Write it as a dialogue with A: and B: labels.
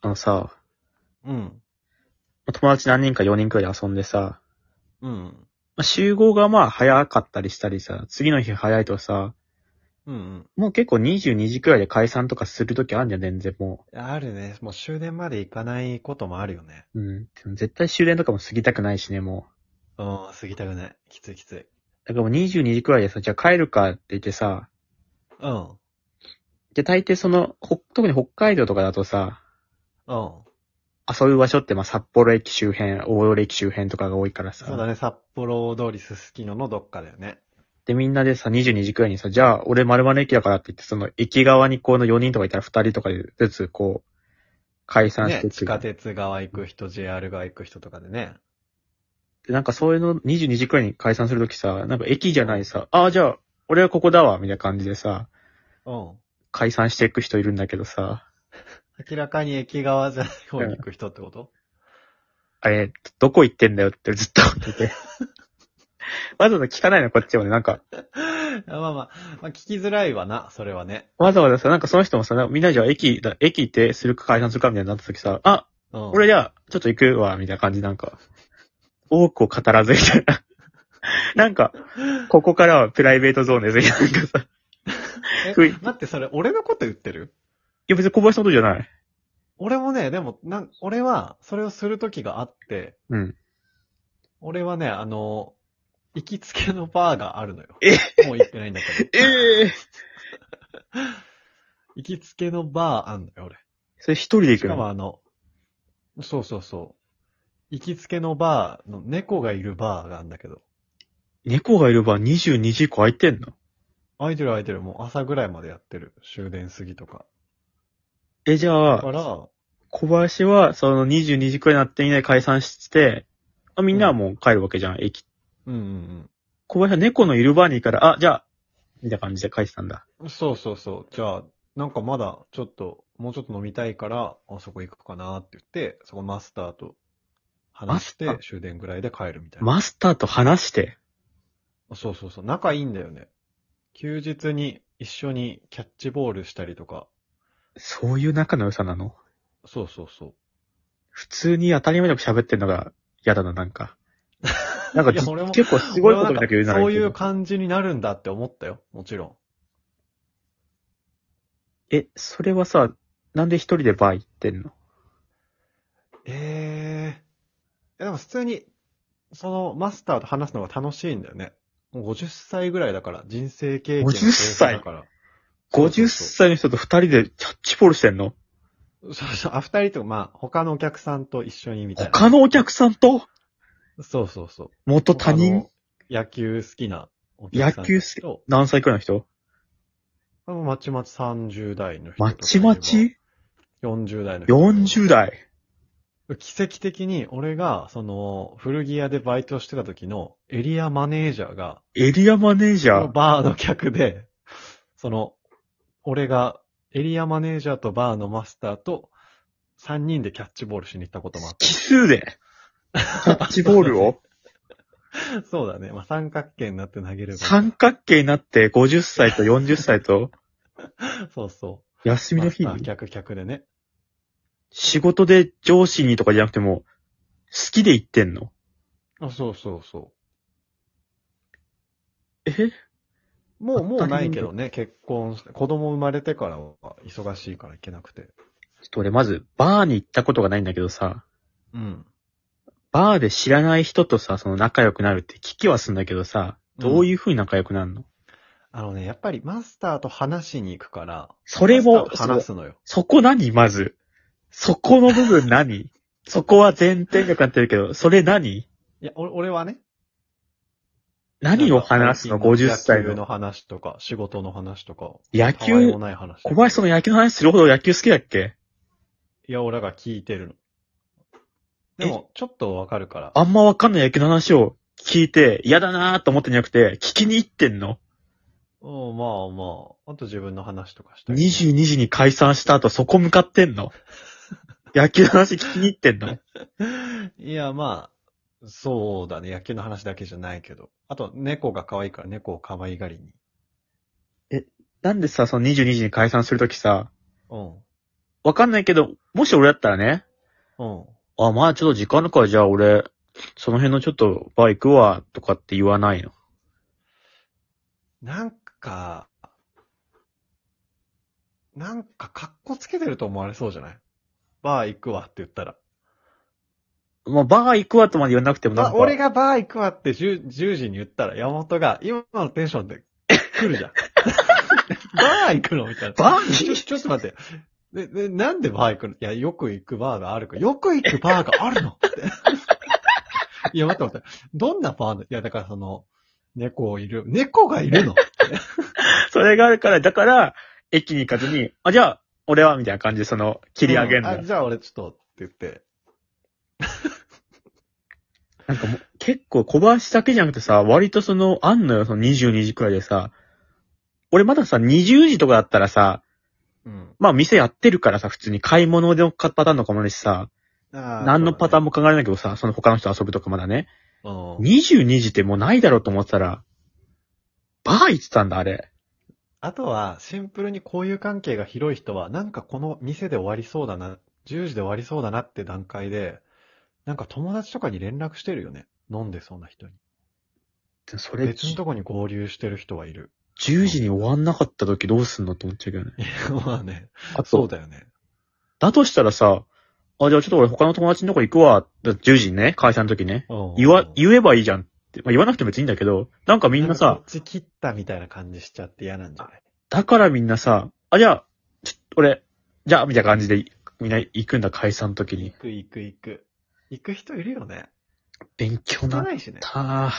A: あのさ、
B: うん。
A: 友達何人か4人くらい遊んでさ、
B: うん。
A: まあ集合がまあ早かったりしたりさ、次の日早いとさ、
B: うんうん。
A: もう結構22時くらいで解散とかするときあるんじゃん、全然も
B: あるね。もう終電まで行かないこともあるよね。
A: う。うん。でも絶対終電とかも過ぎたくないしね、も
B: うん、過ぎたくない。きついきつい。
A: う。だからもう22時くらいでさ、じゃあ帰るかって言ってさ、
B: うん。
A: で大抵その、ほ特に北海道とかだとさ、
B: うん。
A: 遊ぶ場所ってまあ札幌駅周辺、大寄駅周辺とかが多いからさ。
B: そうだね。札幌通りすすきののどっかだよね。
A: で、みんなでさ、22時くらいにさ、じゃあ、俺〇〇駅だからって言って、その、駅側にこの4人とかいたら2人とかでずつ、こう、解散し
B: ね
A: て。
B: 地下鉄側行く人、JR 側行く人とかでね。
A: でなんかそういうの、22時くらいに解散するときさ、なんか駅じゃないさ、ああ、じゃあ、俺はここだわ、みたいな感じでさ、
B: うん。
A: 解散していく人いるんだけどさ、
B: 明らかに駅側じゃない方に行く人ってこと、
A: あれ、どこ行ってんだよってずっと言ってて。 わざわざ聞かないの、こっちもね。なんか、
B: あまあまあ、まあ、聞きづらいわな、それはね。
A: わざわざさ、なんかその人もさ、なんかみんなじゃあ駅だ、駅行ってするか解散するかみたいになったときさ、あ、
B: うん。
A: 俺じゃあ、ちょっと行くわ、みたいな感じ、なんか、多くを語らず、みたいな。 なんか、ここからはプライベートゾーンです、みたいな。なんかさ、い
B: え
A: ふい
B: 待って、それ俺のこと言ってる
A: や別に小林のことじゃない。
B: 俺もね、でも、なん、俺は、それをする時があって、
A: うん。
B: 俺はね、あの、行きつけのバーがあるのよ。
A: え
B: もう行ってないんだけど。
A: ええ
B: 行きつけのバーあんのよ、俺。
A: それ一人で行
B: し
A: く
B: かも
A: の
B: あの、そうそうそう。行きつけのバーの猫がいるバーがあるんだけど。
A: 猫がいれば22時以降空いてんの
B: 空いてる空いてる、もう朝ぐらいまでやってる。終電過ぎとか。
A: え、じ
B: だ
A: ゃ
B: か
A: あ、
B: ら、
A: 小林は、その22時くらいになってみんなで解散して、あみんなはもう帰るわけじゃん、駅。
B: うんうん
A: 小林は猫のいるバーに行くから、あ、じゃあ、みたいな感じで帰ってたんだ。
B: うん。そうそうそう。じゃあ、なんかまだちょっと、もうちょっと飲みたいから、あそこ行くかなって言って、そこマスターと話し
A: マス
B: て
A: タ、
B: 終電ぐらいで帰るみたいな。
A: マスターと話して、
B: そうそうそう、仲いいんだよね。休日に一緒にキャッチボールしたりとか。
A: そういう仲の良さなの
B: そうそうそう。
A: 普通に当たり前なく喋ってんのが嫌だな、なん か。なんか
B: い
A: じ
B: や俺も
A: 結構すごいことみ
B: 俺は
A: た
B: ない
A: けど言
B: ん
A: う
B: か
A: な。
B: そういう
A: 相手が
B: 感じになるんだって思ったよ。もちろ
A: え、それはさ、なんで一人でバー行ってんの
B: ん。ええー。でも普通に、そのマスターと話すのが楽しいんだよね。もう50歳ぐらいだから、人生経験の
A: 50歳
B: 豊富だから。そうそう
A: ?50 歳の人と二人でキャッチボールしてんの
B: そうそう、あ、二人とも、まあ、他のお客さんと一緒にみたいな。
A: 他のお客さんと
B: そうそうそう。
A: 元他
B: 他
A: 人
B: の野球好きなお客さん
A: 野球
B: 好き
A: 何歳くらいの人
B: あの、まちまち30代の人とかい
A: ま
B: れば。
A: ちまち
B: ?40 代の人。
A: ?40 代。
B: 奇跡的に俺が、その、古着屋でバイトしてた時のエリアマネージャーが、
A: エリアマネージ
B: その
A: ャー。
B: バーの客で、その、俺がエリアマネージャーとバーのマスターと3人でキャッチボールしに行ったこともあっ
A: 奇数で。キャッチボー ルを
B: た。そうだね。まあ、三角形になって投げれば。
A: 三角形になって50歳と40歳と
B: そうそ
A: 休
B: う。
A: み
B: マ
A: の
B: ス
A: 日
B: ター
A: に
B: 客客でね。
A: 仕事で上司にとかじゃなくても好きで行ってんの
B: あそうそうそ
A: え
B: う。もう、もうないけどね、結婚して、子供生まれてからは忙しいから行けなくて。
A: ちょっと俺まず、バーに行ったことがないんだけどさ、
B: うん。
A: バーで知らない人とさ、その仲良くなるって聞きはすんだけどさ、どういう風に仲良くなるの、
B: あのね、やっぱりマスターと話しに行くから、
A: それも
B: マ、スターと話すのよ。
A: そこ何まず。そこの部分何そこは前提力になってるけど、それ何
B: いや、俺俺はね。
A: 何を話すの ?50 歳
B: 野球の
A: の。
B: 話とか、仕事の話とか、
A: 野
B: たわい
A: 球
B: も、ない話。
A: 小林その野球の話するほど野球好きだっけ
B: いや、俺が聞いてるの。でも、ちょっとわかるから。
A: あんまわかんない野球の話を聞いて嫌だなーと思ってんじゃなくて、聞きに行ってんの
B: うん、まあまあ。あと自分の話とかしたり。
A: 22時に解散した後、そこ向かってん の野球の話聞きに行ってんの
B: いや、まあ、そうだね。野球の話だけじゃないけど。あと、猫が可愛いから猫を可愛がりに。
A: なんでさ、その22時に解散するときさ、
B: うん。
A: わかんないけど、もし俺だったらね、
B: うん。
A: あ、まあちょっと時間あるから、じゃあ俺、その辺のちょっとバー行くわ、とかって言わないの。
B: なんか、なんか格好つけてると思われそうじゃないバー行くわって言ったら。
A: まあバー行くわとまで言わなくてもなん
B: ま
A: か、
B: 俺がバー行くわって 10, 10時に言ったら、山本が今のテンションで来るじゃん。 バー行くのみたいな。
A: バ
B: ち
A: ー
B: ょ
A: に
B: ちょっと待って。で、で、なんでバー行くのいや、よく行くバーがあるから。よく行くバーがあるのって。いや、待って待って。どんなバーのいや、だからその、猫いる。猫がい るの
A: それがあるから、だから、駅に行かずに、あ、じゃあ、俺は、みたいな感じで、その、切り上げるの。
B: うんあじゃあ俺ちょっとって言って。
A: なんかもう、結構小林だけじゃなくてさ、割とその、あんのよ、その22時くらいでさ、俺まださ、20時とかだったらさ、
B: うん。
A: まあ店やってるからさ、普通に買い物でのパターンとかもあるしさ、何のパターンも
B: も。
A: 考えられないけどさ、その他の人遊ぶとかまだね。
B: うん。
A: 22時ってもうないだろうと思ってたら、バー行ってたんだ、あれ。
B: あとは、シンプルに交友関係が広い人は、なんかこの店で終わりそうだな、10時で終わりそうだなって段階で、なんか友達とかに連絡してるよね。飲んでそうな人に。
A: それ、
B: 別の
A: 10
B: とこに合流してる人はい る。
A: 時に終わんなかった時どうすんのって思っちゃうけどね。
B: いや、まあね。
A: あ
B: そう
A: と、
B: だよね。
A: だとしたらさ、あ、じゃあちょっと俺他の友達のとこ行くわ。だって10時にね、会社の時ね。
B: うん
A: 言わ、言えばいいじゃんって。まあ、言わなくても別にいいんだけど、なんかみんな
B: なんか
A: さ
B: こ、っち切ったみたいな感じしちゃって嫌なんじゃない
A: だからみんなさ、あ、じゃあ、ちょ俺、じゃあ、みたいな感じで、みんな行くんだ、解散の時に
B: 行。く行く行く。行く人いるよね。
A: 勉強
B: 行
A: な
B: か
A: っ
B: ないしね。
A: たー。